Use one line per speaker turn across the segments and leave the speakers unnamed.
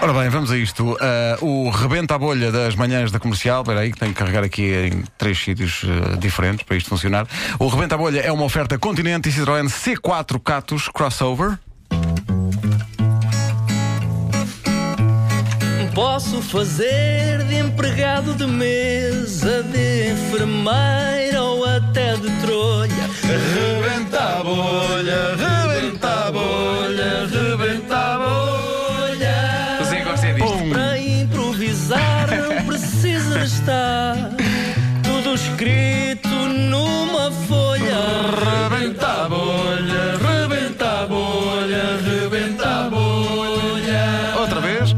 Ora bem, vamos a isto. Ah, o rebenta a bolha das manhãs da comercial. Espera aí, que tenho que carregar aqui em três sítios ah, diferentes para isto funcionar. O rebenta a bolha é uma oferta Continente e Citroën C4 Catos Crossover.
Posso fazer de empregado de mesa, de enfermeira ou até de trolha. Rebenta a bolha, rebenta a bolha, rebenta a bolha.
Zé gosta disto.
Pum!
Para improvisar não precisa estar tudo escrito numa folha. Rebenta a bolha, rebenta a bolha, rebenta a bolha.
Outra vez.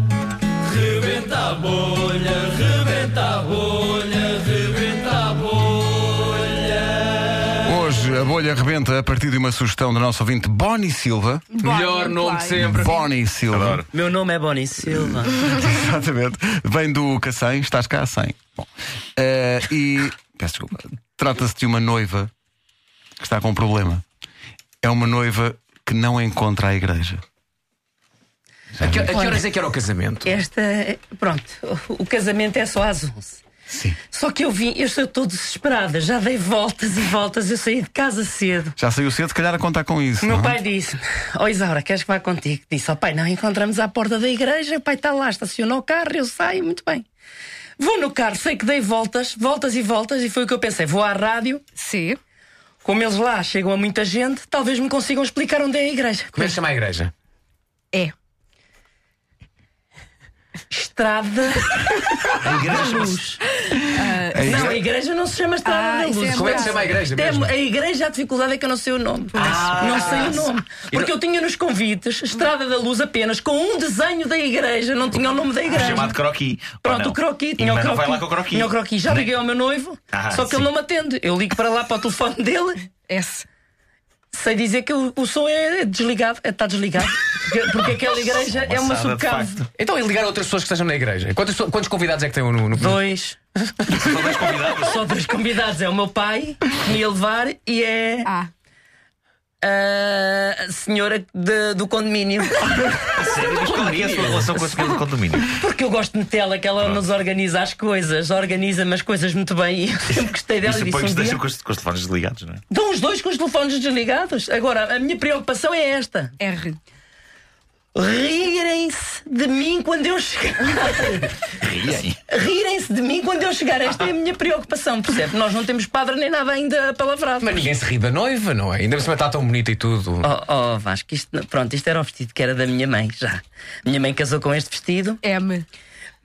Rebenta a bolha, rebenta a bolha, rebenta a bolha.
Hoje a bolha rebenta a partir de uma sugestão do nosso ouvinte Bonnie Silva.
Melhor nome de sempre.
Bonnie Silva.
Meu nome é Bonnie Silva.
Exatamente. Vem do Cacém, estás cá a 100. Bom, eh, e. Peço desculpa. Trata-se de uma noiva que está com um problema. É uma noiva que não encontra a igreja.
A que, a que horas é que era o casamento?
Esta, é, pronto, o casamento é só às 11.
Sim.
Só que eu vim, eu estou toda desesperada, já dei voltas e voltas, eu saí de casa cedo.
Já saiu cedo, se calhar, a contar com isso.
O meu
Ah.
não é?
pai disse: Ó Isaura, queres que vá contigo? Disse: Ó pai, não encontramos à porta da igreja, o pai está lá, estacionou o carro, eu saio, muito bem. Vou no carro, sei que dei voltas, voltas e voltas, e foi o que eu pensei: vou à rádio,
Sim.
como eles lá chegam a muita gente, talvez me consigam explicar onde é a igreja.
Como é que se chama a igreja?
É.
Estrada da Luz.
A igreja-
Não, a igreja não se chama Estrada
Ah,
da
isso
Luz.
é
É Como é que
verdade.
se chama a igreja
Até
mesmo?
a igreja, a dificuldade é que eu não sei o nome.
Ah.
não sei o nome. Porque eu tinha nos convites Estrada da Luz apenas com um desenho da igreja, não tinha o nome da igreja.
Chamado croqui. ou
Pronto,
não?
o croqui,
Mas
tinha o croqui.
não vai lá com o croqui.
Tinha o croqui. Já
Nem-
liguei ao meu noivo,
Ah,
só que ele
sim.
não me atende. Eu ligo para lá para o telefone dele,
S.
sei dizer que o, o som é desligado, é- está desligado. Porque, porque aquela igreja é uma
Moçada, de
subcave.
facto.
Então, e ligar a outras pessoas que estejam na igreja? Quantos, quantos convidados é que tem no, no
Dois.
São dois convidados.
Só três convidados. É o meu pai que me ia levar e é
A.
a senhora de- do condomínio.
Sério, mas qual é que é a sua relação com a senhora do condomínio?
Porque eu gosto muito dela, que ela nos organiza as coisas, organiza-me as coisas muito bem e eu sempre gostei
E
dela e
suponho que
disse um
se
dia.
deixam com os, com os telefones desligados, não é?
Estão os dois com os telefones desligados. Agora, a minha preocupação é esta:
R.
rirem-se de mim quando eu chegar.
Riem.
é. Rirem-se de mim quando eu chegar. Esta é a minha preocupação, percebe? Nós não temos padre nem nada ainda palavrado.
Mas é ninguém se ri da noiva, não é? Ainda por cima está tão bonita e tudo.
Oh, oh Vasco, isto, não- pronto, isto era um vestido que era da minha mãe, já. Minha mãe casou com este vestido
M.
m-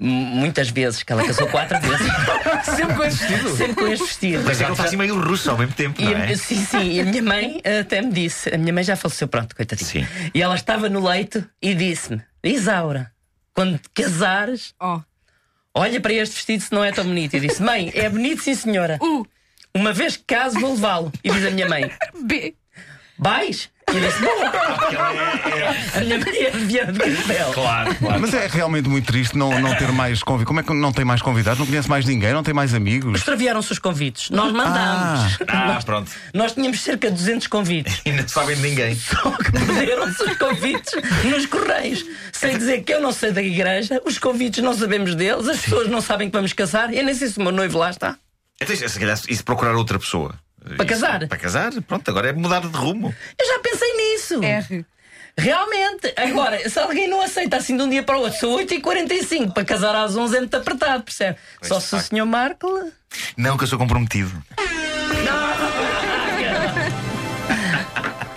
muitas vezes, que ela casou quatro vezes,
Sempre com esse vestido.
sempre com este vestido.
Mas é que ele está assim meio russo ao mesmo tempo,
E
não
a-
é?
Sim, sim, e a minha mãe eh, até me disse, a minha mãe já faleceu, pronto, coitadinha.
Sim.
E ela estava no leito e disse-me: Isaura, quando te casares,
O.
olha para este vestido se não é tão bonito. E disse: Mãe, é bonito, sim, senhora.
U.
Uma vez que caso, vou levá-lo. E diz a minha mãe:
B.
Vais? E eu disse: Bom, a minha mãe é de Viana do Castelo.
Claro, claro.
Mas é realmente muito triste não, não ter mais convidados. Como é que não tem mais convidados? Não conhece mais ninguém? Não tem mais amigos?
Extraviaram-se os convites. Nós mandámos.
Ah, pronto.
Nós tínhamos cerca de 200 convites.
E não sabem de ninguém.
Só que perderam-se os convites nos correios. Sem dizer que eu não sei da igreja, os convites não sabemos deles, as pessoas não sabem que vamos casar. Eu nem sei se o meu noivo lá está.
Então, se calhar, e se procurar outra pessoa? Isso,
casar?
Para casar, pronto, agora é mudar de rumo.
Eu já pensei nisso.
R.
Realmente. Agora, se alguém não aceita assim de um dia para o outro, são 8h45, para casar às 11 é muito apertado, percebe? Só se o
facto.
senhor Marco.
Não, que eu sou comprometido.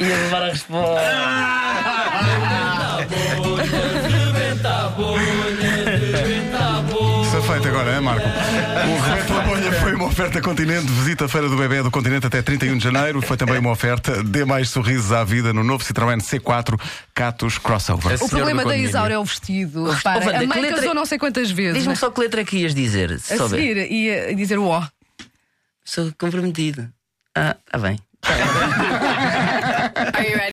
ia levar a resposta.
Está feito agora, é Marco? O Rebento da Bolha foi uma oferta continente. Visita a Feira do Bebê do Continente até 31 de janeiro. Foi também uma oferta. Dê mais sorrisos à vida no novo Citroën C4 Catos Crossover.
Senhora
O
do
problema da
condomínio.
Isaura é o vestido.
Oh,
Repara,
Wanda,
a
que
mãe
letra-
casou não sei quantas vezes.
Diz-me
né?
só que letra é que ias dizer, se
A
souber.
seguir ia dizer o O.
tá Sou comprometido. Ah, está bem.